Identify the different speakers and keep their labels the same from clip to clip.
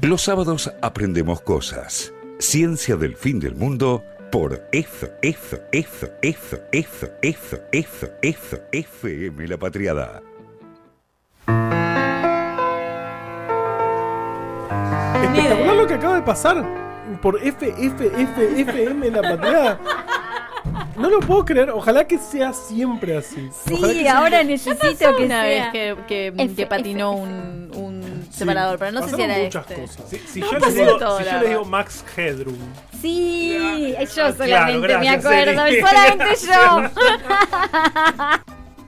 Speaker 1: Los sábados aprendemos cosas. Ciencia del fin del mundo por F, F, F, F, F, F, F, F, FM La Patriada.
Speaker 2: Espectacular lo que acaba de pasar por FFFFM la patriada. No lo puedo creer, ojalá que sea siempre así. Ojalá que
Speaker 3: Sí,
Speaker 2: sea-
Speaker 3: ahora
Speaker 4: Pasó
Speaker 3: necesito que
Speaker 4: una vez
Speaker 3: sea.
Speaker 4: que, que-
Speaker 3: F,
Speaker 4: que patinó
Speaker 3: F,
Speaker 4: un, un
Speaker 2: Sí,
Speaker 4: separador, pero no sé si
Speaker 2: pasaron
Speaker 4: era
Speaker 2: muchas
Speaker 4: este.
Speaker 2: cosas.
Speaker 5: Si, si
Speaker 4: No,
Speaker 5: yo,
Speaker 4: pasó
Speaker 5: les digo,
Speaker 4: de todo, la
Speaker 5: si yo les
Speaker 4: verdad.
Speaker 5: digo Max Headroom,
Speaker 3: Sí, yo
Speaker 5: Ah,
Speaker 3: solamente
Speaker 5: claro,
Speaker 3: me
Speaker 5: gracias,
Speaker 3: acuerdo,
Speaker 5: Eli.
Speaker 3: solamente yo.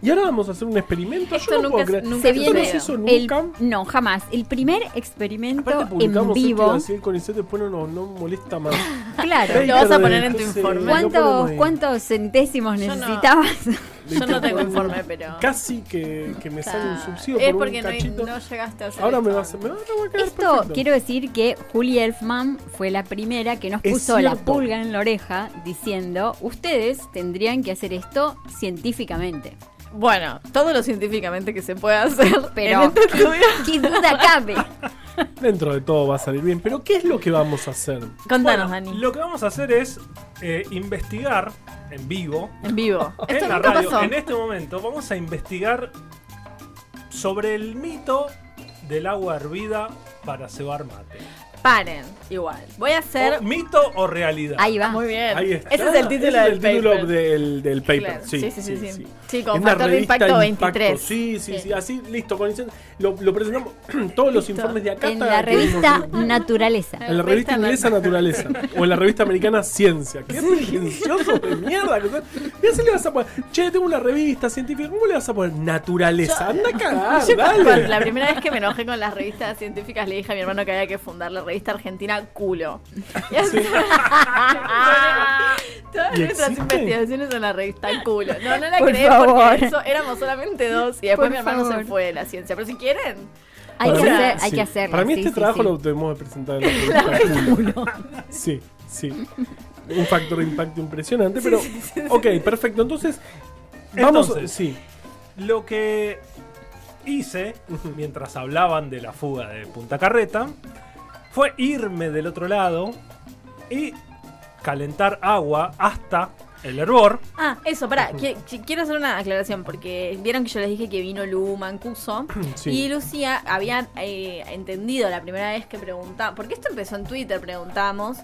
Speaker 2: Y ahora vamos a hacer un experimento.
Speaker 4: Esto
Speaker 2: yo no
Speaker 4: nunca
Speaker 2: puedo
Speaker 4: se-
Speaker 2: creer.
Speaker 4: nunca
Speaker 3: Se
Speaker 4: ¿Tú
Speaker 3: viene
Speaker 4: sabes
Speaker 2: eso
Speaker 3: el-
Speaker 2: nunca?
Speaker 3: no, jamás. El primer experimento
Speaker 2: Aparte
Speaker 3: en
Speaker 2: publicamos esto y
Speaker 3: vivo.
Speaker 2: así el CONICET después no, nos- no molesta más.
Speaker 3: Claro.
Speaker 4: Lo vas a poner en tu
Speaker 2: Entonces,
Speaker 4: informe.
Speaker 2: lo ponemos
Speaker 3: ¿Cuántos,
Speaker 2: ahí.
Speaker 3: cuántos centésimos
Speaker 4: Yo no-
Speaker 3: necesitabas?
Speaker 4: Yo no tengo
Speaker 2: Literal.
Speaker 4: informe, pero.
Speaker 2: Casi que, que me
Speaker 4: o sea,
Speaker 2: sale un subsidio
Speaker 4: Es
Speaker 2: por
Speaker 4: porque
Speaker 2: un
Speaker 4: no,
Speaker 2: cachito.
Speaker 4: no llegaste a hacer.
Speaker 2: Ahora me
Speaker 4: esto.
Speaker 2: va a hacer, me va, me va a quedar
Speaker 3: Esto
Speaker 2: perfecto.
Speaker 3: quiero decir que Julie Elfman fue la primera que nos
Speaker 2: Es
Speaker 3: puso la
Speaker 2: cierto.
Speaker 3: pulga en la oreja diciendo, ustedes tendrían que hacer esto científicamente.
Speaker 4: Bueno, todo lo científicamente que se puede hacer.
Speaker 3: Pero-
Speaker 4: en esta actividad.
Speaker 3: ¡Qué duda cabe!
Speaker 2: Dentro de todo va a salir bien, pero ¿qué es lo que vamos a hacer?
Speaker 4: Contanos,
Speaker 5: bueno,
Speaker 4: Dani.
Speaker 5: lo que vamos a hacer es eh, investigar en vivo,
Speaker 4: En vivo. Esto
Speaker 5: en la
Speaker 4: nunca
Speaker 5: radio,
Speaker 4: pasó.
Speaker 5: en este momento, vamos a investigar sobre el mito del agua hervida para cebar mate.
Speaker 2: este-
Speaker 4: Paren, igual. Voy a hacer. Ah,
Speaker 5: O ¿Mito o realidad?
Speaker 3: Ahí va.
Speaker 4: Muy bien.
Speaker 2: Oh, Ahí está.
Speaker 4: Ese es el título
Speaker 2: Ese
Speaker 4: del
Speaker 2: es el título
Speaker 4: paper.
Speaker 2: del, del paper.
Speaker 4: Claro,
Speaker 2: Sí,
Speaker 4: sí, sí, sí, sí. Sí, con
Speaker 2: Es una
Speaker 4: factor de
Speaker 2: revista
Speaker 4: impacto 23.
Speaker 2: Sí, sí, sí,
Speaker 4: Sí.
Speaker 2: Así, listo. con licencia. lo, lo presentamos todos los informes de acá.
Speaker 3: En la revista Naturaleza.
Speaker 2: En la revista inglesa Naturaleza. o en la revista americana Ciencia. Qué pretencioso de mierda. que son. Mira si le vas a poner. Che, tengo una revista científica. ¿Cómo le vas a poner? Naturaleza. Anda a cagar, dale.
Speaker 4: Cuando La primera vez que me enojé con las revistas científicas le dije a mi hermano que había que fundar la revista argentina Culo. Y así- Todas
Speaker 2: ¿Y
Speaker 4: nuestras
Speaker 2: existe?
Speaker 4: investigaciones en la revista Culo. No, no la
Speaker 3: Por
Speaker 4: creé
Speaker 3: favor.
Speaker 4: porque eso, éramos solamente dos y después
Speaker 3: Por
Speaker 4: mi hermano se
Speaker 3: favor.
Speaker 4: fue de la ciencia. Pero si quieren,
Speaker 3: Hay
Speaker 2: Para
Speaker 3: que,
Speaker 2: mí-
Speaker 3: hacer, hay
Speaker 2: sí.
Speaker 3: que hacerlo.
Speaker 2: Para mí
Speaker 3: sí,
Speaker 2: este
Speaker 3: sí,
Speaker 2: trabajo
Speaker 3: sí.
Speaker 2: lo debemos de presentar en la película. Sí, sí. Un factor de impacto impresionante, pero. ok, perfecto. Entonces. Vamos.
Speaker 5: Entonces.
Speaker 2: sí.
Speaker 5: Lo que hice mientras hablaban de la fuga de Punta Carreta fue irme del otro lado y calentar agua hasta el hervor.
Speaker 4: Ah, eso, pará. qui- qui- Quiero hacer una aclaración porque vieron que yo les dije que vino Lu Mancuso.
Speaker 2: Sí.
Speaker 4: Y Lucía había eh, entendido la primera vez que preguntaba. Porque esto empezó en Twitter, preguntamos.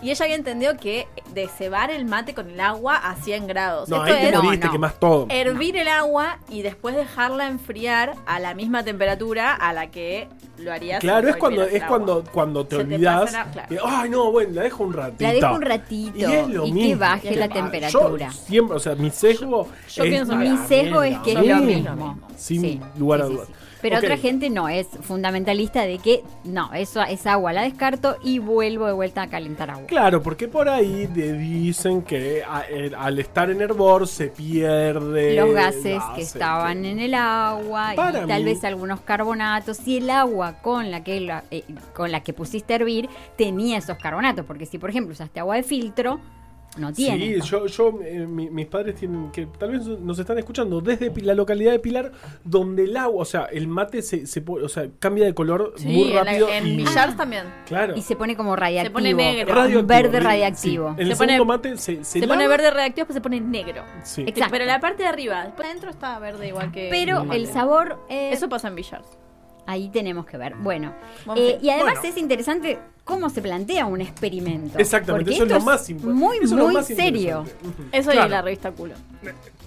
Speaker 4: Y ella había entendido que de cebar el mate con el agua a 100 grados.
Speaker 2: No,
Speaker 4: esto
Speaker 2: ahí te
Speaker 4: es
Speaker 2: moriste,
Speaker 3: no, no.
Speaker 2: quemás todo.
Speaker 4: hervir el agua y después dejarla enfriar a la misma temperatura a la que lo harías.
Speaker 2: Claro,
Speaker 4: si
Speaker 2: es cuando,
Speaker 4: hervieras
Speaker 2: es
Speaker 4: el
Speaker 2: cuando,
Speaker 4: agua.
Speaker 2: cuando te
Speaker 4: Se te
Speaker 2: olvidás.
Speaker 4: pasa la- claro.
Speaker 2: eh, Ay, no, bueno, la dejo un ratito.
Speaker 3: La dejo un ratito
Speaker 2: Y es lo
Speaker 3: y que
Speaker 2: mismo.
Speaker 3: baje la
Speaker 2: Ah,
Speaker 3: temperatura.
Speaker 2: Yo siempre, o sea, mi sesgo.
Speaker 4: yo
Speaker 2: es
Speaker 4: pienso-
Speaker 2: a
Speaker 3: Mi
Speaker 2: la
Speaker 3: sesgo es
Speaker 2: mierda.
Speaker 3: que es lo
Speaker 2: Sí.
Speaker 3: mismo.
Speaker 2: Sin
Speaker 3: Sí,
Speaker 2: lugar
Speaker 3: sí,
Speaker 2: a
Speaker 3: sí,
Speaker 2: dudas.
Speaker 3: sí. Pero
Speaker 2: Ok.
Speaker 3: otra gente no es fundamentalista de que no, eso es agua, la descarto y vuelvo de vuelta a calentar agua.
Speaker 2: Claro, porque por ahí te dicen que a- el- al estar en hervor se pierde
Speaker 3: Los gases que
Speaker 2: gases,
Speaker 3: estaban
Speaker 2: que-
Speaker 3: en el agua
Speaker 2: Para
Speaker 3: y tal
Speaker 2: mí-
Speaker 3: vez algunos carbonatos y el agua con la que la- eh, con la que pusiste a hervir tenía esos carbonatos, porque si por ejemplo usaste agua de filtro no tiene.
Speaker 2: Sí, yo, yo eh, mi- mis padres tienen que tal vez nos están escuchando desde Pi- la localidad de Pilar, donde el agua, o sea, el mate se, se po- o sea, cambia de color
Speaker 4: Sí,
Speaker 2: muy
Speaker 4: en la-
Speaker 2: rápido.
Speaker 4: en
Speaker 2: y,
Speaker 4: Villars también.
Speaker 2: claro,
Speaker 3: Y se pone como radiactivo.
Speaker 4: pone negro.
Speaker 2: radioactivo,
Speaker 3: Verde
Speaker 2: sí.
Speaker 3: radiactivo.
Speaker 2: En el
Speaker 4: Se pone-
Speaker 2: segundo mate se,
Speaker 4: Se,
Speaker 2: se
Speaker 4: pone
Speaker 2: lava,
Speaker 4: verde reactivo, después se pone negro.
Speaker 2: sí.
Speaker 4: Este,
Speaker 3: Exacto.
Speaker 4: Pero la parte de arriba, después adentro está verde igual que.
Speaker 3: Pero el sabor eh,
Speaker 4: Eso pasa en Villars.
Speaker 3: ahí tenemos que ver. Bueno,
Speaker 4: Buen
Speaker 3: eh,
Speaker 4: fin.
Speaker 3: y además
Speaker 5: Bueno.
Speaker 3: es interesante cómo se plantea un experimento.
Speaker 2: Exactamente,
Speaker 3: porque
Speaker 2: eso es
Speaker 3: esto
Speaker 2: lo más importante.
Speaker 3: Muy
Speaker 2: eso es lo
Speaker 3: muy
Speaker 2: más
Speaker 3: serio.
Speaker 2: interesante. Ujú.
Speaker 4: Eso y
Speaker 5: Claro.
Speaker 4: la revista culo.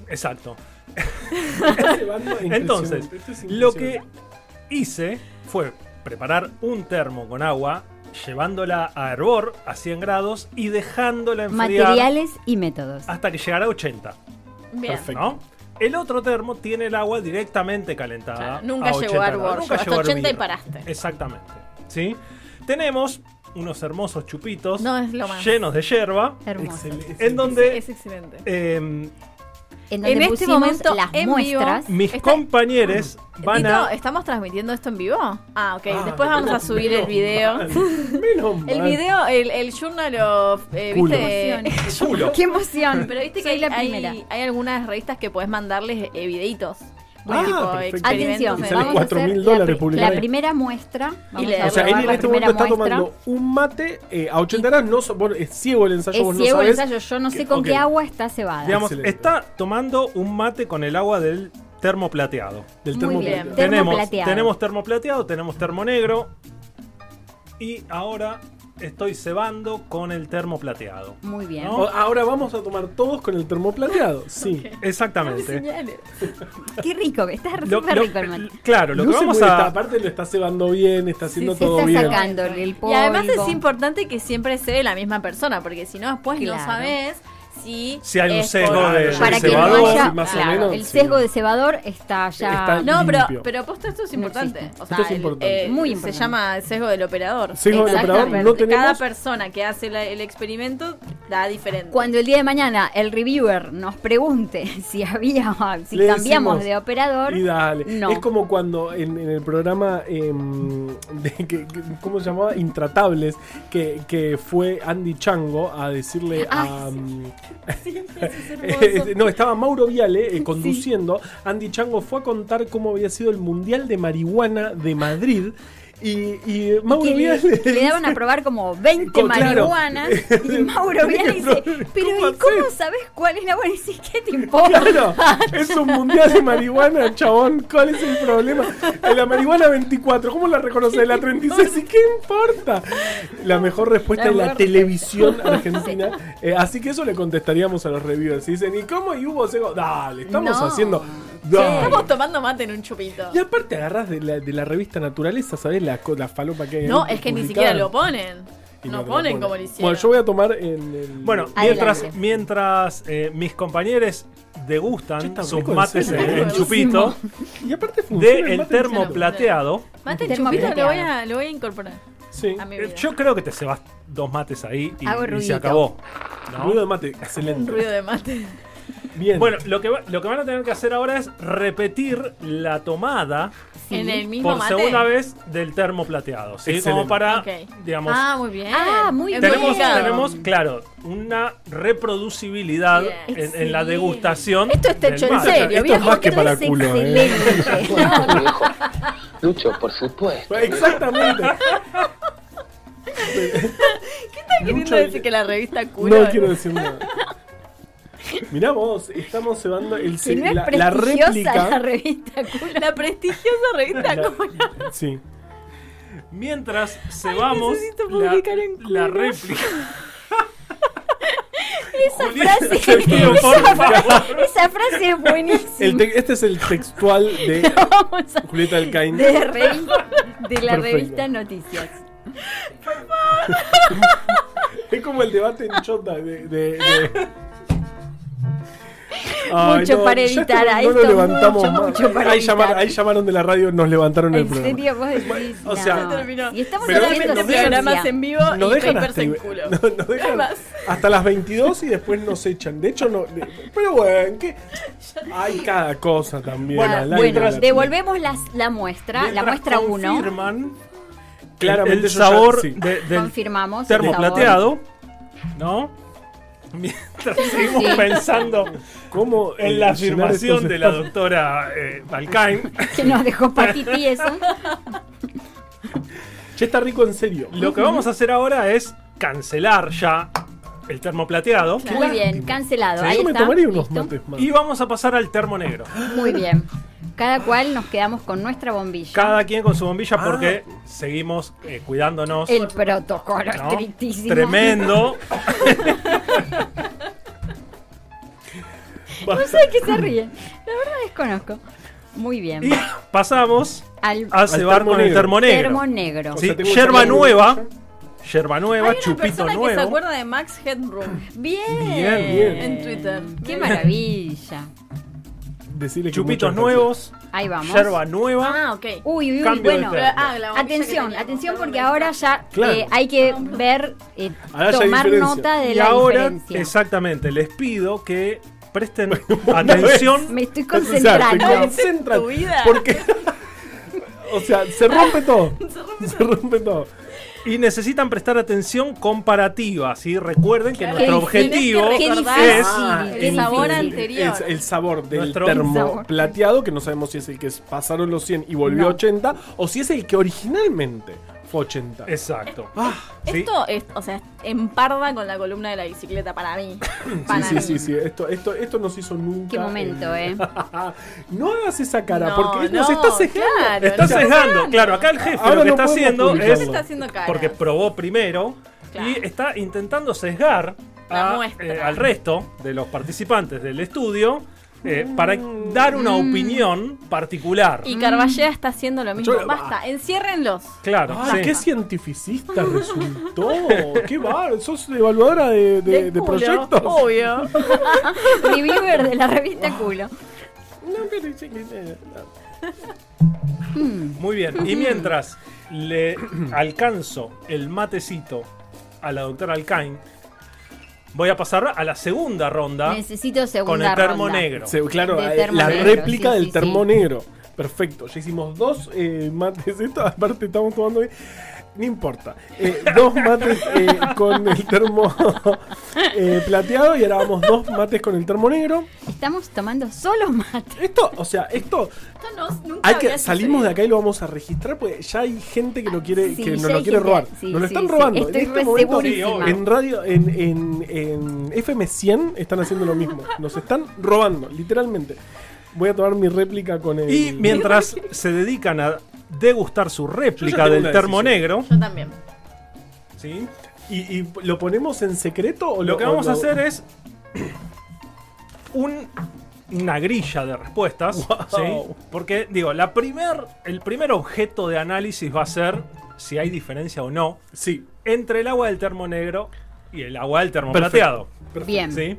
Speaker 5: Exacto.
Speaker 2: Ese bando es
Speaker 5: Entonces,
Speaker 2: impresionante, esto es
Speaker 5: Lo que
Speaker 2: impresionante.
Speaker 5: hice fue preparar un termo con agua, llevándola a hervor a 100 grados y dejándola enfriar
Speaker 3: Materiales y métodos.
Speaker 2: Ah,
Speaker 5: hasta que llegara a 80.
Speaker 4: Bien.
Speaker 2: Perfecto.
Speaker 5: ¿no? El otro termo tiene el agua directamente calentada.
Speaker 4: Claro, nunca
Speaker 5: a
Speaker 4: llegó
Speaker 5: 80
Speaker 4: a
Speaker 5: grados,
Speaker 4: hervor,
Speaker 5: nunca
Speaker 4: hasta
Speaker 5: llegó a
Speaker 4: 80 y
Speaker 5: hervir.
Speaker 4: paraste.
Speaker 5: Exactamente. ¿sí? Tenemos unos hermosos chupitos
Speaker 4: No, es lo más.
Speaker 5: llenos de yerba,
Speaker 3: Hermoso.
Speaker 2: Excelente,
Speaker 5: en
Speaker 2: excelente.
Speaker 5: donde
Speaker 4: Es excelente.
Speaker 5: eh,
Speaker 3: En donde
Speaker 4: En este
Speaker 3: pusimos
Speaker 4: momento,
Speaker 3: las
Speaker 4: en vivo,
Speaker 3: muestras.
Speaker 5: mis
Speaker 4: Está- Mm.
Speaker 5: compañeros van
Speaker 4: Tito,
Speaker 5: a...
Speaker 4: ¿estamos transmitiendo esto en vivo? Ah, ok.
Speaker 2: Ah,
Speaker 4: Después vamos a
Speaker 2: menos-
Speaker 4: subir
Speaker 2: menos
Speaker 4: el video.
Speaker 2: mal, menos mal.
Speaker 4: El video, el, el journal of. eh,
Speaker 2: Culo.
Speaker 4: ¿Viste?
Speaker 3: ¡Qué emoción!
Speaker 4: Pero viste que
Speaker 3: Soy
Speaker 4: hay,
Speaker 3: la primera.
Speaker 4: hay- hay algunas revistas que podés mandarles eh, videitos. Bueno, tipo,
Speaker 2: Ah, perfecto.
Speaker 4: experimentos
Speaker 3: Atención,
Speaker 4: en-
Speaker 2: Sale
Speaker 3: vamos a
Speaker 2: cuatro
Speaker 3: hacer
Speaker 2: mil
Speaker 3: la
Speaker 2: dólares
Speaker 3: pri-
Speaker 2: publicar ahí.
Speaker 3: La primera muestra. vamos
Speaker 4: le-
Speaker 3: a
Speaker 2: O sea, él
Speaker 3: probar
Speaker 2: en
Speaker 3: la
Speaker 2: este
Speaker 3: primera
Speaker 2: momento está
Speaker 3: muestra.
Speaker 2: tomando un mate eh, a 80 grados. No, so- vos- es ciego el ensayo, vos
Speaker 3: Es ciego
Speaker 2: no
Speaker 3: el
Speaker 2: sabés.
Speaker 3: ensayo. Yo no sé
Speaker 2: que-
Speaker 3: con
Speaker 2: ok.
Speaker 3: qué agua está cebada.
Speaker 5: Digamos,
Speaker 2: Excelente.
Speaker 5: está tomando un mate con el agua del termo plateado.
Speaker 2: Del
Speaker 3: Muy bien.
Speaker 2: termoplateado.
Speaker 3: Termo
Speaker 5: tenemos,
Speaker 3: plateado.
Speaker 5: tenemos termo plateado, tenemos termo negro. Y ahora estoy cebando con el termo plateado.
Speaker 3: Muy bien.
Speaker 5: ¿No?
Speaker 2: O- Ahora vamos a tomar todos con el termoplateado. Sí.
Speaker 5: Exactamente.
Speaker 3: Qué rico, está
Speaker 5: Lo-
Speaker 3: súper
Speaker 5: lo-
Speaker 3: rico el mate.
Speaker 5: claro, lo que
Speaker 2: Luce
Speaker 5: vamos
Speaker 2: muy bien,
Speaker 5: a.
Speaker 2: Aparte lo está cebando bien, está haciendo
Speaker 3: Se
Speaker 2: todo
Speaker 3: está
Speaker 2: bien.
Speaker 3: sacando el polvo.
Speaker 4: Y además es importante que siempre se ve la misma persona, porque si no, después no
Speaker 3: Claro.
Speaker 4: sabes si.
Speaker 5: Si hay un
Speaker 4: es
Speaker 5: sesgo
Speaker 4: por-
Speaker 5: de-
Speaker 3: Para
Speaker 5: el
Speaker 3: que no
Speaker 5: cebador,
Speaker 3: haya.
Speaker 2: más o
Speaker 3: claro,
Speaker 2: menos,
Speaker 3: el
Speaker 2: sí.
Speaker 3: sesgo de cebador está ya.
Speaker 2: Está-
Speaker 4: No, pero,
Speaker 2: limpio.
Speaker 4: pero posta esto es
Speaker 3: No
Speaker 4: importante.
Speaker 3: existe.
Speaker 4: O sea,
Speaker 2: Esto es
Speaker 4: el-
Speaker 2: importante.
Speaker 4: eh,
Speaker 3: Muy
Speaker 4: Se
Speaker 3: importante.
Speaker 4: llama el sesgo del operador.
Speaker 2: Sesgo del
Speaker 4: Exactamente.
Speaker 2: operador, no tenemos-
Speaker 4: Cada persona que hace la- el experimento da diferente.
Speaker 3: Cuando el día de mañana el reviewer nos pregunte si había, si
Speaker 2: Le
Speaker 3: cambiamos
Speaker 2: decimos,
Speaker 3: de operador,
Speaker 2: Y dale.
Speaker 3: No.
Speaker 2: Es como cuando en, en el programa, em, de que- que- ¿cómo se llamaba? Intratables, que, que fue Andy Chango a decirle a...
Speaker 3: Ah, sí.
Speaker 2: mm,
Speaker 4: hermoso.
Speaker 2: no, estaba Mauro Viale eh, conduciendo. Andy Chango fue a contar cómo había sido el Mundial de Marihuana de Madrid. Y, y, eh, Mauro
Speaker 3: que le,
Speaker 2: Viale...
Speaker 3: que le daban a probar como 20
Speaker 2: Co- claro.
Speaker 3: marihuanas y Mauro Vial dice, pero
Speaker 2: ¿Cómo
Speaker 3: ¿y cómo
Speaker 2: hacés?
Speaker 3: sabes cuál es la buena? Y dice, ¿qué te importa?
Speaker 2: Claro,
Speaker 4: Ah,
Speaker 2: es un mundial de marihuana, chabón. ¿Cuál es el problema? La marihuana 24, ¿cómo la reconoces? La 36, ¿y qué importa? La mejor respuesta
Speaker 3: La
Speaker 2: es la
Speaker 3: mejor
Speaker 2: televisión argentina. Eh, así que eso le contestaríamos a los reviewers. Si dicen, ¿y cómo? Y hubo cego. Dale, estamos
Speaker 3: No.
Speaker 2: haciendo.
Speaker 4: Sí,
Speaker 2: Dale.
Speaker 4: Estamos tomando mate en un chupito.
Speaker 2: Y aparte agarras de la, de la revista Naturaleza, ¿sabes? La, co- la falopa que hay.
Speaker 4: No,
Speaker 2: ahí
Speaker 4: es que ni
Speaker 2: publicada.
Speaker 4: siquiera lo ponen.
Speaker 2: Y
Speaker 4: No
Speaker 2: te lo
Speaker 4: ponen como lo hicieron.
Speaker 2: Bueno, yo voy a tomar en el.
Speaker 5: Bueno,
Speaker 3: Adelante.
Speaker 5: mientras, mientras eh, mis compañeros
Speaker 2: Che,
Speaker 5: degustan
Speaker 2: está
Speaker 5: sus
Speaker 2: rico, en
Speaker 5: mates
Speaker 2: serio.
Speaker 5: en, en
Speaker 4: Buenísimo.
Speaker 5: chupito
Speaker 2: y aparte funciona.
Speaker 5: del
Speaker 2: el
Speaker 5: el
Speaker 2: mate en
Speaker 5: termo
Speaker 2: serio.
Speaker 5: plateado,
Speaker 4: Mate en
Speaker 3: Termo
Speaker 4: chupito lo
Speaker 3: plateado.
Speaker 4: voy, a, lo voy a incorporar
Speaker 2: Sí.
Speaker 4: a mi
Speaker 5: eh,
Speaker 4: vida.
Speaker 5: yo creo que te cebas dos mates ahí y,
Speaker 3: Hago
Speaker 5: y se
Speaker 3: ruidito.
Speaker 5: acabó. ¿no?
Speaker 2: Ruido de mate, excelente.
Speaker 4: Ruido de mate.
Speaker 2: Bien.
Speaker 5: Bueno, lo que, va- lo que van a tener que hacer ahora es repetir la tomada
Speaker 3: Sí.
Speaker 4: En el mismo
Speaker 5: por
Speaker 4: mate.
Speaker 5: segunda vez del termo plateado. ¿sí?
Speaker 2: Excelente.
Speaker 5: Como para,
Speaker 4: Ok.
Speaker 5: digamos,
Speaker 4: Ah, muy bien.
Speaker 3: Ah, muy
Speaker 4: Es
Speaker 5: tenemos,
Speaker 4: complicado.
Speaker 5: tenemos, claro, una reproducibilidad
Speaker 4: Bien.
Speaker 5: en- en, la degustación.
Speaker 3: Esto está
Speaker 5: del
Speaker 3: hecho en
Speaker 5: mate.
Speaker 3: serio,
Speaker 2: Esto es
Speaker 3: viejo,
Speaker 2: más que
Speaker 3: esto
Speaker 2: para
Speaker 3: es
Speaker 2: culo, ¿eh?
Speaker 3: excelente.
Speaker 6: viejo. Lucho, por supuesto.
Speaker 2: Exactamente.
Speaker 4: ¿Estás queriendo
Speaker 2: Lucho-
Speaker 4: decir que la revista culo?
Speaker 2: No quiero decir nada. Mirá vos, estamos llevando el,
Speaker 3: Que no es
Speaker 2: la, la
Speaker 3: prestigiosa
Speaker 2: réplica.
Speaker 3: la revista culo.
Speaker 4: La prestigiosa revista
Speaker 2: La-
Speaker 4: culo.
Speaker 2: sí.
Speaker 5: Mientras cebamos
Speaker 4: necesito
Speaker 5: la,
Speaker 4: publicar en culo.
Speaker 5: la réplica. Julieta,
Speaker 3: frase-
Speaker 5: te pido, por favor.
Speaker 3: Esa frase es buenísima.
Speaker 2: El te- este es el textual de
Speaker 3: Vamos a...
Speaker 2: Julieta Alcaín.
Speaker 3: De, revi- de la
Speaker 2: Perfecto.
Speaker 3: revista Noticias.
Speaker 2: Es como el debate en Chota de. de- de- Ay,
Speaker 3: Mucho para
Speaker 2: ya
Speaker 3: editar,
Speaker 2: no
Speaker 3: ahí
Speaker 2: lo
Speaker 3: está
Speaker 2: levantamos
Speaker 3: mucho,
Speaker 2: más.
Speaker 3: mucho para
Speaker 2: ahí, llama-
Speaker 3: editar.
Speaker 2: ahí llamaron de la radio, nos levantaron el
Speaker 3: En
Speaker 2: programa.
Speaker 3: serio, vos decís.
Speaker 2: O sea,
Speaker 3: no.
Speaker 4: Se terminó.
Speaker 3: Y estamos
Speaker 2: Pero
Speaker 3: haciendo
Speaker 4: Solamente
Speaker 2: nos
Speaker 3: ciencia.
Speaker 2: dejan-
Speaker 4: programas en vivo
Speaker 2: Nos
Speaker 4: y
Speaker 2: dejan,
Speaker 4: papers
Speaker 2: hasta,
Speaker 4: en culo.
Speaker 2: no- nos dejan
Speaker 4: Es más.
Speaker 2: hasta las 22 y después nos echan. De hecho, no. de- Pero bueno, ¿qué? hay cada cosa también.
Speaker 3: Bueno,
Speaker 2: al aire,
Speaker 3: bueno,
Speaker 2: a la-
Speaker 3: devolvemos las- la muestra, la muestra
Speaker 5: Mientras
Speaker 3: 1.
Speaker 5: Confirman
Speaker 2: Claramente
Speaker 5: el,
Speaker 2: yo ya-
Speaker 5: sabor
Speaker 2: sí.
Speaker 5: de- del
Speaker 3: Confirmamos. el
Speaker 5: termo
Speaker 3: sabor.
Speaker 5: plateado, ¿no? Mientras seguimos
Speaker 3: Sí.
Speaker 5: pensando
Speaker 2: ¿Cómo
Speaker 5: en la
Speaker 2: eh, llenar estos
Speaker 5: afirmación de la
Speaker 2: espacios?
Speaker 5: doctora eh, Balcain.
Speaker 3: Que nos dejó patiti eso.
Speaker 2: Che, está rico en serio.
Speaker 5: Lo que vamos a hacer ahora es cancelar ya el termo plateado
Speaker 3: Muy bien, cancelado.
Speaker 2: Sí,
Speaker 3: Ahí
Speaker 2: Yo me
Speaker 3: está.
Speaker 2: tomaría unos
Speaker 3: ¿Listo?
Speaker 2: mates más.
Speaker 5: y vamos a pasar al termo negro.
Speaker 3: Muy bien. Cada cual nos quedamos con nuestra bombilla.
Speaker 5: Cada quien con su bombilla porque
Speaker 2: Ah.
Speaker 5: seguimos eh, cuidándonos.
Speaker 3: El protocolo
Speaker 5: ¿no?
Speaker 3: estrictísimo.
Speaker 5: Tremendo.
Speaker 3: No sé de qué se ríen. La verdad desconozco. Muy bien.
Speaker 5: Y pasamos
Speaker 3: Al
Speaker 5: a
Speaker 2: termo
Speaker 5: cebar con el
Speaker 2: negro.
Speaker 5: termo negro.
Speaker 3: termo negro.
Speaker 5: Sí,
Speaker 2: sea, tengo
Speaker 5: yerba
Speaker 2: que-
Speaker 5: nueva. Yerba
Speaker 4: Hay
Speaker 5: nueva,
Speaker 4: una
Speaker 5: chupito
Speaker 4: persona que se
Speaker 5: nuevo.
Speaker 4: acuerda de Max Headroom
Speaker 3: Bien.
Speaker 5: Bien,
Speaker 2: bien.
Speaker 4: en Twitter.
Speaker 3: Qué maravilla.
Speaker 2: Decirle que
Speaker 5: Chupitos
Speaker 2: muchas
Speaker 5: nuevos.
Speaker 3: Ahí vamos.
Speaker 5: Yerba nueva.
Speaker 4: Ah, ok.
Speaker 3: Uy, uy, uy,
Speaker 5: Cambio de
Speaker 3: bueno.
Speaker 5: tema.
Speaker 4: Ah, la bombilla que
Speaker 3: Atención,
Speaker 4: teníamos,
Speaker 3: atención
Speaker 4: la
Speaker 3: porque
Speaker 4: bombilla.
Speaker 3: ahora ya
Speaker 2: Claro.
Speaker 3: eh, hay que ver, eh,
Speaker 2: Ahora ya hay
Speaker 3: tomar
Speaker 2: diferencia.
Speaker 3: nota de
Speaker 5: y
Speaker 3: la
Speaker 5: ahora,
Speaker 3: diferencia.
Speaker 5: exactamente, les pido que presten
Speaker 2: una
Speaker 5: atención.
Speaker 3: Me estoy
Speaker 2: gracias. O sea,
Speaker 3: concentrando.
Speaker 2: te concentras,
Speaker 4: Tu vida.
Speaker 2: Porque. O sea, se rompe todo. Se rompe todo.
Speaker 5: Y necesitan prestar atención comparativa, ¿sí? Recuerden que nuestro
Speaker 3: difícil,
Speaker 5: objetivo
Speaker 3: qué
Speaker 4: recordar
Speaker 5: es...
Speaker 3: Ah,
Speaker 4: el
Speaker 3: qué
Speaker 4: sabor
Speaker 3: difícil.
Speaker 4: anterior.
Speaker 2: Es el sabor del
Speaker 5: Nuestro-
Speaker 2: termo
Speaker 3: Sabor.
Speaker 2: plateado, que no sabemos si es el que es- pasaron los 100 y volvió
Speaker 3: No.
Speaker 2: 80, o si es el que originalmente fue 80.
Speaker 5: Exacto.
Speaker 2: Ah,
Speaker 5: ¿sí?
Speaker 4: Esto es, o sea, emparda con la columna de la bicicleta para mí. Para
Speaker 2: sí,
Speaker 4: mí.
Speaker 2: sí, sí, sí. Esto, esto, esto no se hizo nunca.
Speaker 3: Qué momento, eh.
Speaker 2: no hagas esa cara,
Speaker 4: No,
Speaker 2: porque
Speaker 4: no,
Speaker 2: nos estás cejando.
Speaker 4: claro,
Speaker 5: Está
Speaker 4: no estamos
Speaker 5: sesgando,
Speaker 4: hablando.
Speaker 5: claro. Acá el jefe
Speaker 2: Ahora
Speaker 5: lo que
Speaker 2: no
Speaker 5: está
Speaker 2: podemos
Speaker 5: haciendo
Speaker 2: publicarlo.
Speaker 5: es.
Speaker 2: Él
Speaker 4: está haciendo caras.
Speaker 5: Porque probó primero
Speaker 4: Claro.
Speaker 5: y está intentando sesgar
Speaker 4: La
Speaker 5: a,
Speaker 4: muestra.
Speaker 5: eh, al resto de los participantes del estudio eh,
Speaker 2: Mm.
Speaker 5: para dar una opinión particular.
Speaker 4: Mm. Y Carballea está haciendo lo mismo.
Speaker 2: Yo-
Speaker 4: Basta, enciérrenlos.
Speaker 5: Claro,
Speaker 2: Ah,
Speaker 5: sí.
Speaker 2: qué cientificista resultó. Qué bárbaro. Sos evaluadora de, de- de
Speaker 4: culo, Oh.
Speaker 2: proyectos.
Speaker 4: Obvio.
Speaker 3: Reviewer de la revista Culo.
Speaker 2: No, pero sí que- eh,
Speaker 5: Muy bien.
Speaker 2: Mm.
Speaker 5: Y mientras le alcanzo el matecito a la doctora Alcain, voy a pasar a la segunda ronda
Speaker 3: Necesito
Speaker 5: Ah, con
Speaker 3: segunda
Speaker 5: el termo
Speaker 3: ronda.
Speaker 5: negro.
Speaker 2: se- claro,
Speaker 3: De
Speaker 2: eh,
Speaker 3: termo
Speaker 2: la
Speaker 3: negro,
Speaker 2: réplica
Speaker 3: sí,
Speaker 2: del
Speaker 3: sí,
Speaker 2: termo
Speaker 3: sí.
Speaker 2: negro. Perfecto, ya hicimos dos eh, mates. Esto, aparte, estamos tomando. hoy- No importa. Eh, dos mates eh, con el termo eh, plateado y ahora vamos dos mates con el termo negro.
Speaker 3: Estamos tomando solo mate.
Speaker 2: Esto, o sea, esto
Speaker 4: Esto no, nunca
Speaker 2: Hay que,
Speaker 4: había
Speaker 2: salimos de
Speaker 4: sucedido.
Speaker 2: acá y lo vamos a registrar porque ya hay gente que lo quiere,
Speaker 3: Sí,
Speaker 2: que
Speaker 3: ya
Speaker 2: nos
Speaker 3: hay
Speaker 2: lo quiere
Speaker 3: gente-
Speaker 2: robar.
Speaker 3: sí,
Speaker 2: nos lo
Speaker 3: sí,
Speaker 2: están
Speaker 3: sí.
Speaker 2: robando.
Speaker 3: Estoy
Speaker 2: en este
Speaker 3: re
Speaker 2: momento,
Speaker 3: segurísima.
Speaker 2: en radio, en, en, en FM100 están haciendo lo mismo. Nos están robando, literalmente. Voy a tomar mi réplica con el.
Speaker 5: Y mientras se dedican a degustar su réplica
Speaker 2: tengo
Speaker 5: del
Speaker 2: una
Speaker 5: termo
Speaker 2: decisión.
Speaker 5: negro,
Speaker 4: Yo también.
Speaker 5: ¿sí?
Speaker 2: ¿Y, y lo ponemos en secreto o
Speaker 5: lo que vamos a hacer es un- una grilla de respuestas.
Speaker 2: Wow.
Speaker 5: ¿sí? Porque, digo, la primer, el primer objeto de análisis va a ser si hay diferencia o no
Speaker 2: Sí.
Speaker 5: entre el agua del termo negro y el agua del termo
Speaker 2: Perfecto.
Speaker 5: plateado.
Speaker 3: Bien.
Speaker 5: ¿sí?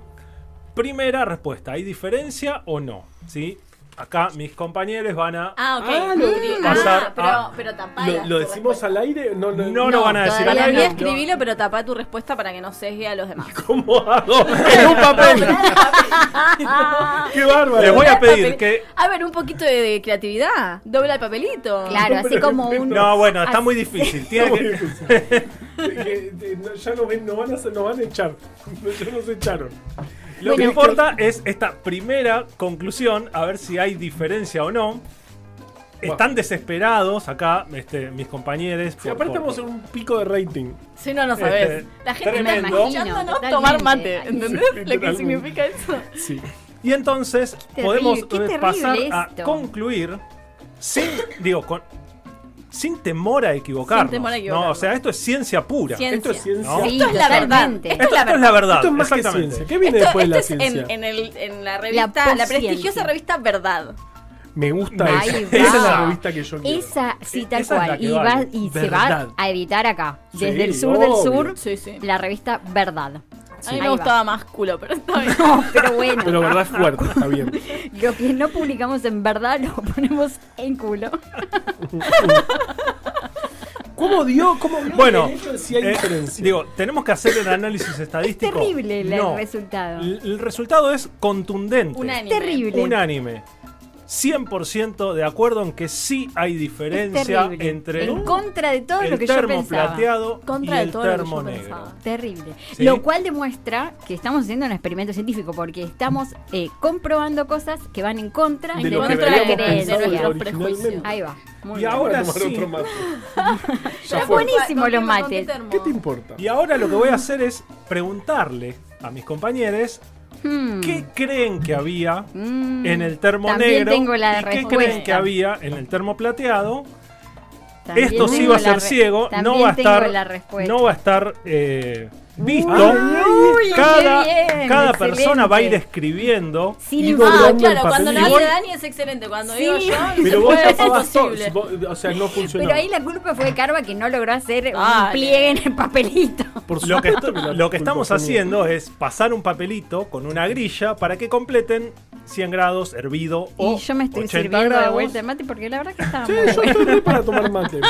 Speaker 5: Primera respuesta, ¿hay diferencia o no? ¿Sí? Acá mis compañeros van a...
Speaker 4: Ah, ok.
Speaker 2: Ah, lo
Speaker 4: Escribí-
Speaker 2: que-
Speaker 4: ah,
Speaker 5: pasar
Speaker 4: pero,
Speaker 5: a-
Speaker 4: pero tapá
Speaker 2: ¿Lo,
Speaker 4: la-
Speaker 2: lo
Speaker 4: tu
Speaker 2: decimos
Speaker 4: respuesta.
Speaker 2: al aire? No, no,
Speaker 5: No, lo
Speaker 3: No,
Speaker 5: van a decir al
Speaker 3: todavía
Speaker 5: aire.
Speaker 4: Todavía
Speaker 3: no.
Speaker 4: escribilo, pero tapá tu respuesta para que no sesgue a los demás.
Speaker 2: ¿Cómo hago? ¡En un papel! ¡Qué bárbaro!
Speaker 5: Les voy a
Speaker 4: Dobla el
Speaker 5: pedir
Speaker 4: papel-
Speaker 5: que-
Speaker 4: A ver, un poquito de, de creatividad. Dobla el papelito.
Speaker 3: Claro, así como un.
Speaker 5: No, bueno, está
Speaker 3: así-
Speaker 5: muy difícil. Tiene
Speaker 2: Muy
Speaker 5: que-
Speaker 2: difícil. Que, eh, no, ya nos, ven- nos van a, hacer- nos van a echar. Ya nos echaron.
Speaker 5: Lo que
Speaker 3: Bueno,
Speaker 5: importa es esta primera conclusión, a ver si hay diferencia o no. Están desesperados acá este, mis compañeros.
Speaker 2: Y aparte estamos en un pico de rating.
Speaker 4: Si no, no sabes.
Speaker 5: Este,
Speaker 4: La gente
Speaker 5: tremendo.
Speaker 4: está escuchándonos
Speaker 3: Imagino,
Speaker 4: tomar
Speaker 3: totalmente.
Speaker 4: mate.
Speaker 3: Ay,
Speaker 4: ¿Entendés
Speaker 2: sí,
Speaker 4: lo que
Speaker 2: totalmente.
Speaker 4: significa eso?
Speaker 2: Sí.
Speaker 5: Y entonces
Speaker 3: terrible,
Speaker 5: podemos
Speaker 3: qué
Speaker 5: eh,
Speaker 3: terrible
Speaker 5: pasar a
Speaker 3: esto.
Speaker 5: concluir sin, digo, con, sin temor a equivocarnos.
Speaker 4: Sin temor a
Speaker 5: No, o
Speaker 4: equivocarnos.
Speaker 5: sea, esto es ciencia pura.
Speaker 4: Ciencia.
Speaker 2: Esto es ciencia.
Speaker 5: No.
Speaker 3: Sí,
Speaker 4: Esto es la verdad.
Speaker 3: totalmente.
Speaker 4: Esto
Speaker 5: Esto, esto es la verdad.
Speaker 2: Esto es más que
Speaker 5: exactamente.
Speaker 2: ciencia. ¿Qué viene
Speaker 4: Esto-
Speaker 2: después de la
Speaker 4: esto es
Speaker 2: ciencia?
Speaker 4: En, en el- en la revista,
Speaker 3: La
Speaker 4: la, prestigiosa
Speaker 3: posciencia.
Speaker 4: revista Verdad.
Speaker 2: Me gusta
Speaker 3: Ahí
Speaker 2: esa.
Speaker 3: va.
Speaker 2: Esa es la revista que yo quiero.
Speaker 3: Esa sí,
Speaker 5: E-
Speaker 3: tal
Speaker 5: esa es la
Speaker 3: cual.
Speaker 5: que
Speaker 3: Y, va-
Speaker 5: vale.
Speaker 3: y se
Speaker 2: Verdad.
Speaker 3: va a editar acá. Desde
Speaker 2: Sí,
Speaker 3: el sur
Speaker 2: obvio.
Speaker 3: del sur,
Speaker 4: Sí, sí.
Speaker 3: la revista Verdad.
Speaker 4: A mí
Speaker 3: Ahí
Speaker 4: me
Speaker 3: va.
Speaker 4: gustaba más culo, pero está bien.
Speaker 3: No, pero bueno,
Speaker 2: Pero verdad es fuerte, está bien.
Speaker 3: lo que no publicamos en verdad lo ponemos en culo.
Speaker 2: ¿Cómo dio? ¿Cómo dio?
Speaker 5: Bueno,
Speaker 2: el hecho de si hay
Speaker 5: eh,
Speaker 2: diferencia.
Speaker 5: digo, tenemos que hacer el análisis estadístico.
Speaker 3: terrible el
Speaker 5: No.
Speaker 3: resultado.
Speaker 5: L- El resultado es contundente.
Speaker 4: Unánime.
Speaker 3: Terrible.
Speaker 5: Unánime. 100% de acuerdo en que sí hay
Speaker 3: Es
Speaker 5: diferencia
Speaker 3: terrible.
Speaker 5: entre
Speaker 3: en contra de todo
Speaker 5: el
Speaker 3: lo que yo
Speaker 5: termo
Speaker 3: pensaba.
Speaker 5: plateado
Speaker 4: Contra
Speaker 5: y
Speaker 4: de
Speaker 5: el
Speaker 4: todo lo que yo
Speaker 5: termo negro.
Speaker 4: pensaba.
Speaker 3: Terrible.
Speaker 5: Sí.
Speaker 3: Lo cual demuestra que estamos haciendo un experimento científico porque estamos eh, comprobando cosas que van en contra
Speaker 2: De
Speaker 3: de,
Speaker 2: lo que
Speaker 3: nuestra
Speaker 2: habíamos
Speaker 3: creencia.
Speaker 2: pensado
Speaker 4: de nuestros
Speaker 2: originalmente.
Speaker 4: prejuicios.
Speaker 3: Ahí va. Muy
Speaker 5: Y
Speaker 3: bien.
Speaker 5: ahora
Speaker 2: Voy a tomar
Speaker 5: sí.
Speaker 2: otro mate.
Speaker 3: Está
Speaker 2: fue.
Speaker 3: buenísimo
Speaker 4: ¿Con qué-
Speaker 3: los
Speaker 4: con qué
Speaker 3: mates.
Speaker 4: termo?
Speaker 2: ¿Qué te importa?
Speaker 5: Y ahora lo que voy a hacer es preguntarle a mis compañeros
Speaker 3: Hmm.
Speaker 5: qué creen que había
Speaker 3: Mm.
Speaker 5: en el termo
Speaker 3: También
Speaker 5: negro
Speaker 3: tengo la
Speaker 5: y qué creen
Speaker 3: respuesta.
Speaker 5: que había en el termo plateado.
Speaker 3: También
Speaker 5: Esto sí
Speaker 3: tengo
Speaker 5: va a
Speaker 3: la
Speaker 5: ser
Speaker 3: re-
Speaker 5: ciego, no
Speaker 3: también
Speaker 5: va a
Speaker 3: tengo
Speaker 5: estar,
Speaker 3: la respuesta.
Speaker 5: no va a estar eh, visto.
Speaker 3: Uy,
Speaker 5: cada
Speaker 3: qué bien,
Speaker 5: cada
Speaker 3: excelente.
Speaker 5: persona va a ir escribiendo.
Speaker 3: Sin
Speaker 2: Y
Speaker 3: embargo,
Speaker 4: Ah,
Speaker 2: doblando el
Speaker 4: claro,
Speaker 2: papel.
Speaker 4: cuando
Speaker 2: Y
Speaker 4: la
Speaker 2: vos-
Speaker 4: hace Dani es excelente. Cuando
Speaker 3: Sí.
Speaker 4: digo yo,
Speaker 2: Pero vos
Speaker 4: es
Speaker 2: tapabas todo.
Speaker 4: imposible.
Speaker 2: si vos- O sea, no funcionó.
Speaker 3: Pero ahí la culpa fue de Carva que no logró hacer un
Speaker 4: Dale.
Speaker 3: pliegue en el papelito.
Speaker 2: Por
Speaker 5: Lo que,
Speaker 2: supuesto
Speaker 5: est-
Speaker 2: la
Speaker 5: lo
Speaker 2: culpa
Speaker 5: que estamos
Speaker 2: fue mía.
Speaker 5: haciendo es pasar un papelito con una grilla para que completen 100 grados, hervido o
Speaker 3: y yo me estoy
Speaker 5: 80
Speaker 3: sirviendo de
Speaker 5: grados.
Speaker 3: vuelta el mate porque la verdad que estaba
Speaker 2: Sí,
Speaker 3: muy
Speaker 2: yo
Speaker 3: bueno.
Speaker 2: estoy re para tomar mate.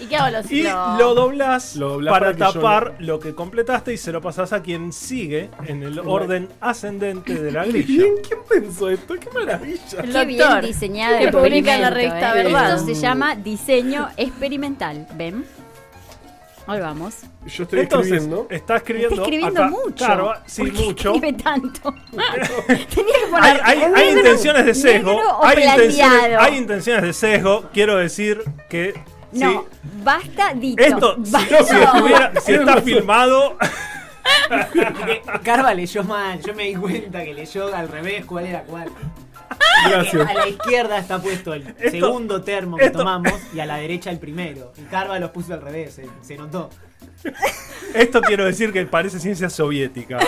Speaker 4: ¿Y qué hago los
Speaker 5: Y
Speaker 4: no.
Speaker 5: lo doblás
Speaker 2: Lo doblás
Speaker 5: para,
Speaker 2: para que yo
Speaker 5: tapar lo que completaste y se lo pasás a quien sigue en el orden ascendente de la grilla.
Speaker 2: Bien, ¿Quién pensó esto? ¡Qué maravilla!
Speaker 4: El
Speaker 3: Qué bien
Speaker 4: doctor
Speaker 3: diseñada
Speaker 4: que
Speaker 3: el
Speaker 4: publica en la
Speaker 3: experimento,
Speaker 4: revista
Speaker 3: ¿eh?
Speaker 4: Verdad.
Speaker 3: Esto se llama diseño experimental. ¿Ven? Ahí vamos.
Speaker 2: Yo estoy
Speaker 5: Entonces,
Speaker 2: escribiendo.
Speaker 5: está escribiendo.
Speaker 3: Está escribiendo
Speaker 5: acá-
Speaker 3: mucho.
Speaker 5: Claro, sí,
Speaker 3: ¿Por qué
Speaker 5: mucho.
Speaker 3: Escribe tanto. Tenía que
Speaker 5: Hay,
Speaker 3: poner.
Speaker 5: hay-
Speaker 3: negro-
Speaker 5: hay intenciones de sesgo.
Speaker 3: negro o
Speaker 5: Hay intenciones,
Speaker 3: plateado.
Speaker 5: hay intenciones de sesgo. Quiero decir que.
Speaker 3: No,
Speaker 5: sí.
Speaker 3: basta dicho.
Speaker 5: Esto, si,
Speaker 3: basta.
Speaker 5: si estuviera- si está filmado,
Speaker 7: Porque Carva leyó mal, yo me di cuenta que leyó al revés cuál era cuál.
Speaker 2: Gracias.
Speaker 7: A la izquierda está puesto el
Speaker 5: Esto-
Speaker 7: segundo termo que
Speaker 5: esto-
Speaker 7: tomamos y a la derecha el primero. Y Carva los puso al revés, eh, se notó.
Speaker 5: esto quiero decir que parece ciencia soviética.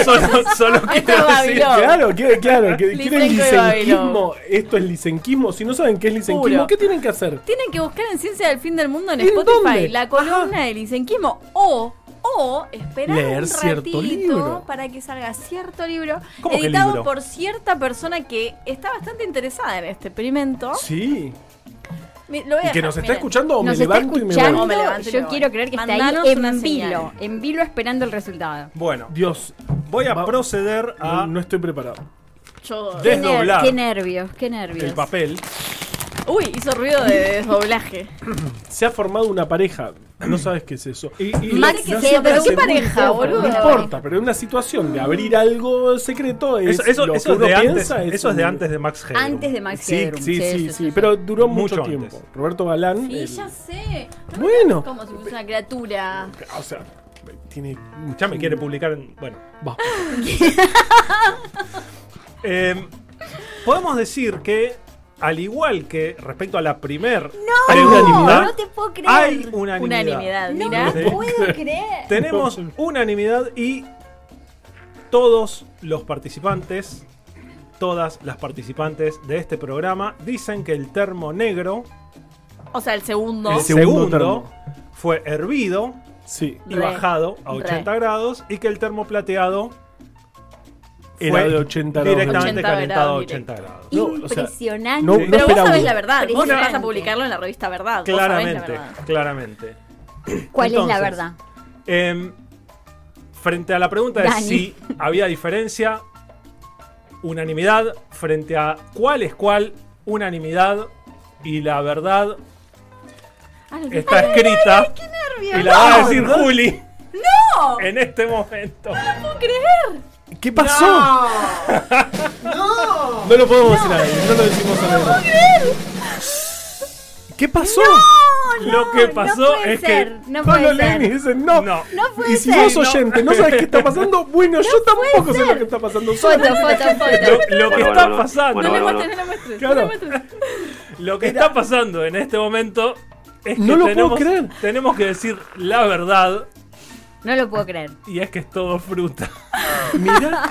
Speaker 5: Eso no- solo
Speaker 4: Esto
Speaker 5: quiero
Speaker 4: es
Speaker 5: decir.
Speaker 4: Babilón.
Speaker 2: Claro, que- claro, que
Speaker 4: Lisenco
Speaker 2: quieren
Speaker 4: y
Speaker 2: lisenquismo.
Speaker 4: Babilón.
Speaker 2: Esto es lisenquismo. Si no saben qué es lisenquismo,
Speaker 4: Puro.
Speaker 2: ¿qué tienen que hacer?
Speaker 4: Tienen que buscar en Ciencia del Fin del Mundo en
Speaker 2: ¿En
Speaker 4: Spotify
Speaker 2: dónde?
Speaker 4: la columna del lisenquismo o, o esperar
Speaker 2: Leer
Speaker 4: un
Speaker 2: cierto
Speaker 4: ratito
Speaker 2: libro.
Speaker 4: para que salga cierto libro
Speaker 5: ¿Cómo qué
Speaker 4: editado
Speaker 5: libro?
Speaker 4: por cierta persona que está bastante interesada en este experimento.
Speaker 2: Sí.
Speaker 4: Mi- lo voy a
Speaker 2: Y que
Speaker 4: dejar,
Speaker 2: nos está
Speaker 4: miren.
Speaker 2: escuchando o me
Speaker 3: Nos está
Speaker 2: levanto y me
Speaker 3: escuchando.
Speaker 2: voy.
Speaker 4: me levanto y me
Speaker 3: Yo
Speaker 4: voy.
Speaker 3: quiero creer que está
Speaker 4: Mandanos
Speaker 3: ahí
Speaker 4: una
Speaker 3: en vilo.
Speaker 4: señal.
Speaker 3: En vilo esperando el resultado.
Speaker 5: Bueno,
Speaker 2: Dios,
Speaker 5: voy a
Speaker 2: Va-
Speaker 5: proceder
Speaker 2: no,
Speaker 5: a
Speaker 2: no estoy preparado.
Speaker 4: Yo-
Speaker 5: De-
Speaker 3: Qué ner-
Speaker 5: Desdoblar.
Speaker 3: Qué nervios, qué nervios.
Speaker 5: el papel.
Speaker 4: Uy, hizo ruido de desdoblaje.
Speaker 2: Se ha formado una pareja. No sabes qué es eso. Y- y-
Speaker 3: Max
Speaker 2: no
Speaker 3: se-
Speaker 2: siempre
Speaker 3: pero
Speaker 2: se
Speaker 3: qué pareja,
Speaker 2: encuentra,
Speaker 4: boludo.
Speaker 2: No importa, pero es una situación de abrir algo secreto. Es
Speaker 5: Eso, eso-
Speaker 2: lo
Speaker 5: eso
Speaker 2: que
Speaker 5: es
Speaker 2: uno
Speaker 5: de antes,
Speaker 2: piensa,
Speaker 5: eso es de
Speaker 2: un-
Speaker 5: antes de Max Headroom.
Speaker 3: Antes de Max
Speaker 2: Sí,
Speaker 3: Headroom.
Speaker 2: sí, sí, sí, Pero duró mucho,
Speaker 5: Mucho
Speaker 2: tiempo.
Speaker 5: antes.
Speaker 2: Roberto Balán.
Speaker 4: Sí,
Speaker 2: el-
Speaker 4: ya sé. No me
Speaker 2: Bueno.
Speaker 4: Como si fuese una criatura.
Speaker 2: O sea, tiene.
Speaker 5: Ya me quiere publicar en. Bueno.
Speaker 2: Va.
Speaker 5: Eh, podemos decir que, al igual que respecto a la primer pregunta,
Speaker 3: no te puedo creer.
Speaker 5: hay
Speaker 4: Unanimidad,
Speaker 5: unanimidad.
Speaker 3: No
Speaker 4: Ah, mirá.
Speaker 5: Sí.
Speaker 3: puedo creer.
Speaker 5: Tenemos unanimidad y todos los participantes, todas las participantes de este programa dicen que el termo negro,
Speaker 4: O sea, el segundo.
Speaker 5: el
Speaker 2: Segundo
Speaker 5: segundo,
Speaker 2: termo.
Speaker 5: fue hervido
Speaker 2: Sí.
Speaker 5: y
Speaker 4: Re,
Speaker 5: bajado a 80 grados y que el termo plateado
Speaker 2: Era
Speaker 5: fue
Speaker 2: de 80 grados.
Speaker 5: directamente
Speaker 4: 80
Speaker 5: calentado a
Speaker 4: grados
Speaker 5: 80 grados.
Speaker 2: No, o sea,
Speaker 3: Impresionante.
Speaker 2: no- no
Speaker 4: Pero vos
Speaker 2: esperaba
Speaker 4: sabés
Speaker 2: un-
Speaker 4: la verdad. Vos
Speaker 3: Una-
Speaker 4: vas a publicarlo en la revista Verdad. vos sabés la
Speaker 5: Claramente,
Speaker 4: verdad.
Speaker 5: claramente.
Speaker 3: ¿Cuál es
Speaker 5: Entonces,
Speaker 3: la verdad?
Speaker 5: Em, frente a la pregunta de
Speaker 3: Dani.
Speaker 5: si había diferencia, unanimidad, frente a cuál es cuál, unanimidad y la verdad está escrita. Y la va a decir Juli. ¡No! En este momento.
Speaker 2: ¿Qué pasó? No, lo podemos decir a nadie, no lo decimos a nadie. ¿Qué pasó?
Speaker 5: Lo que pasó
Speaker 3: no puede
Speaker 5: es
Speaker 3: ser,
Speaker 5: que.
Speaker 3: No
Speaker 2: No
Speaker 3: puede
Speaker 2: lo
Speaker 3: ser.
Speaker 2: leen y dicen no.
Speaker 5: No.
Speaker 3: No puede
Speaker 2: y si
Speaker 3: ser.
Speaker 2: vos oyente no. sabes qué está pasando, bueno, yo tampoco sé lo que está pasando.
Speaker 3: Foto,
Speaker 2: Solamente la
Speaker 3: foto,
Speaker 2: gente-
Speaker 3: foto.
Speaker 5: Lo, lo que
Speaker 6: Bueno,
Speaker 5: está
Speaker 6: bueno,
Speaker 5: pasando.
Speaker 6: bueno,
Speaker 4: No le
Speaker 6: bueno,
Speaker 4: muestres, no le muestres.
Speaker 2: Claro.
Speaker 4: No le muestres.
Speaker 5: Lo que está pasando en este momento es que
Speaker 2: No lo puedo
Speaker 5: tenemos,
Speaker 2: creer.
Speaker 5: tenemos que decir la verdad
Speaker 3: No lo puedo creer.
Speaker 5: y es que es todo fruta.
Speaker 2: Mirá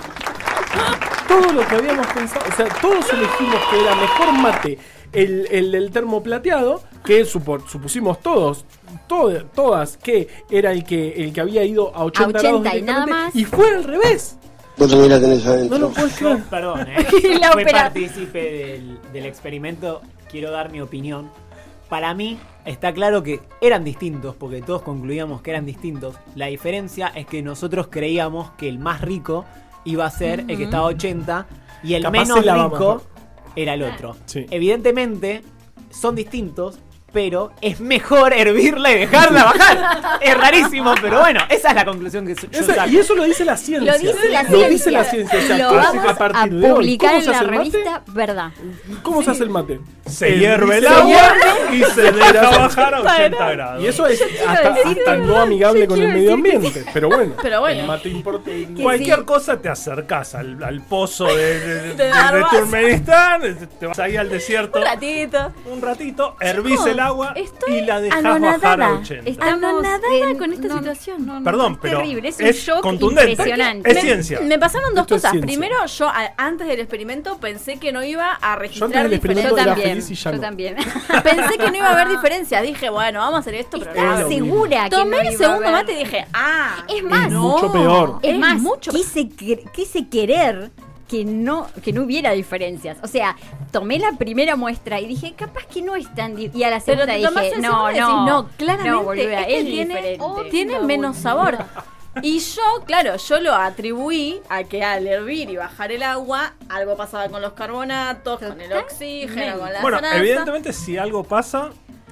Speaker 2: todo lo que habíamos pensado. O sea, todos elegimos que era mejor mate el, el del termo plateado, que supo- supusimos todos, todo- todas, que era el que, el que había ido a 80,
Speaker 3: A 80
Speaker 2: grados
Speaker 3: y nada
Speaker 2: directamente,
Speaker 3: más.
Speaker 2: Y fue al revés.
Speaker 6: Vos también la tenés adentro.
Speaker 2: No lo puedes
Speaker 7: Yo,
Speaker 2: creer.
Speaker 7: perdón, eh.
Speaker 3: La
Speaker 7: fui
Speaker 3: ópera.
Speaker 7: partícipe del, del experimento, quiero dar mi opinión. Para mí está claro que eran distintos, porque todos concluíamos que eran distintos. La diferencia es que nosotros creíamos que el más rico iba a ser el que estaba 80 y el
Speaker 2: Capaz
Speaker 7: menos
Speaker 2: se la va
Speaker 7: rico
Speaker 2: mejor.
Speaker 7: era el otro.
Speaker 2: Sí.
Speaker 7: Evidentemente son distintos, pero es mejor hervirla y dejarla bajar. es rarísimo, pero bueno, esa es la conclusión que yo
Speaker 2: Esa-
Speaker 7: saco.
Speaker 2: y eso lo dice la ciencia.
Speaker 3: Lo dice la
Speaker 2: Lo dice
Speaker 3: ciencia.
Speaker 2: la ciencia. O sea,
Speaker 3: Lo
Speaker 2: ¿cómo-
Speaker 3: vamos a,
Speaker 2: partir de hoy,
Speaker 3: publicar
Speaker 2: ¿cómo
Speaker 3: en
Speaker 2: se
Speaker 3: la
Speaker 2: hace el mate?
Speaker 3: revista, ¿verdad?
Speaker 2: ¿Cómo se hace el mate?
Speaker 5: Se
Speaker 2: El-
Speaker 5: hierve el
Speaker 2: se
Speaker 5: agua
Speaker 2: hierve.
Speaker 5: y se deja bajar a 80 grados.
Speaker 2: Y eso es hasta, hasta no amigable con el medio ambiente. Pero bueno,
Speaker 4: Pero bueno.
Speaker 2: el mate importa. y-
Speaker 3: Que
Speaker 5: Cualquier
Speaker 3: sí.
Speaker 5: cosa te acercas al, al pozo de, de- de- de
Speaker 4: Darbas.
Speaker 5: Turkmenistán, te vas ahí al desierto
Speaker 4: Un ratito.
Speaker 5: un ratito, hervís el agua
Speaker 4: estoy
Speaker 5: y la dejas bajar a
Speaker 3: Anonadada.
Speaker 5: 80.
Speaker 4: Anonadada
Speaker 3: Estamos en-
Speaker 4: con esta situación.
Speaker 3: no, no,
Speaker 5: Perdón,
Speaker 3: es
Speaker 5: pero
Speaker 3: terrible. Es,
Speaker 5: es
Speaker 3: un shock
Speaker 5: contundente.
Speaker 3: impresionante.
Speaker 5: Es
Speaker 4: Me-
Speaker 5: ciencia.
Speaker 4: Me pasaron dos
Speaker 2: Esto es
Speaker 4: cosas.
Speaker 2: ciencia.
Speaker 4: Primero, yo a- antes del experimento pensé que no iba a
Speaker 2: Yo antes
Speaker 4: registrar
Speaker 2: del
Speaker 3: yo
Speaker 2: experimento
Speaker 4: diferencias.
Speaker 2: era
Speaker 3: también.
Speaker 2: feliz y ya
Speaker 3: Yo
Speaker 2: no.
Speaker 3: también.
Speaker 4: Pensé que no iba a haber diferencias. Dije, bueno, vamos a hacer esto, pero
Speaker 2: Es
Speaker 3: Estaba
Speaker 2: lo
Speaker 4: no.
Speaker 2: mismo.
Speaker 3: segura que
Speaker 4: Tomé
Speaker 3: no
Speaker 4: el
Speaker 3: iba a
Speaker 4: segundo
Speaker 3: haber.
Speaker 4: mate y dije, ah,
Speaker 3: Es más,
Speaker 2: mucho peor.
Speaker 3: Es
Speaker 4: Es
Speaker 3: más,
Speaker 4: mucho-
Speaker 3: quise, cre- quise querer que no, que no hubiera diferencias. O sea, tomé la primera muestra y dije, capaz que no es tan di-". Y a la
Speaker 4: Pero
Speaker 3: segunda
Speaker 4: te
Speaker 3: dije,
Speaker 4: tomás el
Speaker 3: no,
Speaker 4: segundo y decís,
Speaker 3: no,
Speaker 4: no, claramente
Speaker 3: no, boluda,
Speaker 4: este
Speaker 3: es
Speaker 4: tiene,
Speaker 3: diferente".
Speaker 4: oh, tiene menos sabor. Y yo, claro, yo lo atribuí a que al hervir y bajar el agua, algo pasaba con los carbonatos, con el oxígeno, con la
Speaker 5: Bueno,
Speaker 4: zaraza.
Speaker 5: evidentemente si algo pasa,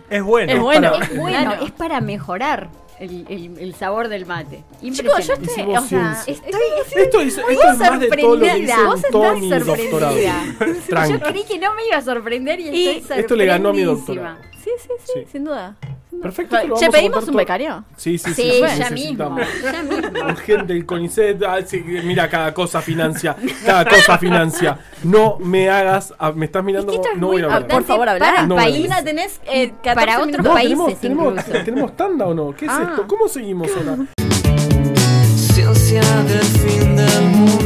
Speaker 5: es bueno.
Speaker 4: Es bueno.
Speaker 5: Para-
Speaker 3: Es bueno,
Speaker 4: Claro.
Speaker 3: es para mejorar el, el- el sabor del mate.
Speaker 4: Chicos,
Speaker 3: Impresionante.
Speaker 4: yo estoy,
Speaker 2: Hicimos
Speaker 4: o sea,
Speaker 2: ciencia.
Speaker 3: Estoy,
Speaker 2: Esto es, esto es más de todo lo que hice
Speaker 3: sorprendida. Vos
Speaker 2: en
Speaker 3: estás
Speaker 2: todo mi doctorado.
Speaker 3: sorprendida. Yo
Speaker 2: Tranqui.
Speaker 3: creí que no me iba a sorprender y,
Speaker 4: Y-
Speaker 3: estoy sorprendidísima.
Speaker 2: Esto le ganó a mi doctorado.
Speaker 4: sí, sí, sí,
Speaker 2: Sí.
Speaker 4: sin duda.
Speaker 2: Perfecto. esto lo
Speaker 4: Che,
Speaker 2: vamos a
Speaker 4: pedimos
Speaker 2: contar
Speaker 4: un
Speaker 2: todo.
Speaker 4: becario.
Speaker 2: Sí, sí, sí.
Speaker 3: Sí,
Speaker 2: sí,
Speaker 3: ya mismo.
Speaker 2: necesitamos.
Speaker 3: Ya mismo.
Speaker 2: Urgente el CONICET. ah, sí, mira, cada cosa financia. Cada cosa financia. No me hagas. ah, me estás
Speaker 3: Es
Speaker 2: mirando.
Speaker 3: que esto
Speaker 2: como-
Speaker 3: es
Speaker 2: No
Speaker 3: muy
Speaker 2: voy a hablar.
Speaker 4: importante. Por favor, habla.
Speaker 3: para el
Speaker 2: No,
Speaker 3: país.
Speaker 4: Lina, tenés eh, 14
Speaker 3: Para
Speaker 4: minutos.
Speaker 3: otros
Speaker 2: No, tenemos,
Speaker 3: países
Speaker 2: tenemos,
Speaker 3: incluso.
Speaker 2: tenemos tanda o no. ¿Qué es
Speaker 4: Ah.
Speaker 2: esto? ¿Cómo seguimos ahora?
Speaker 8: Ciencia del fin del mundo.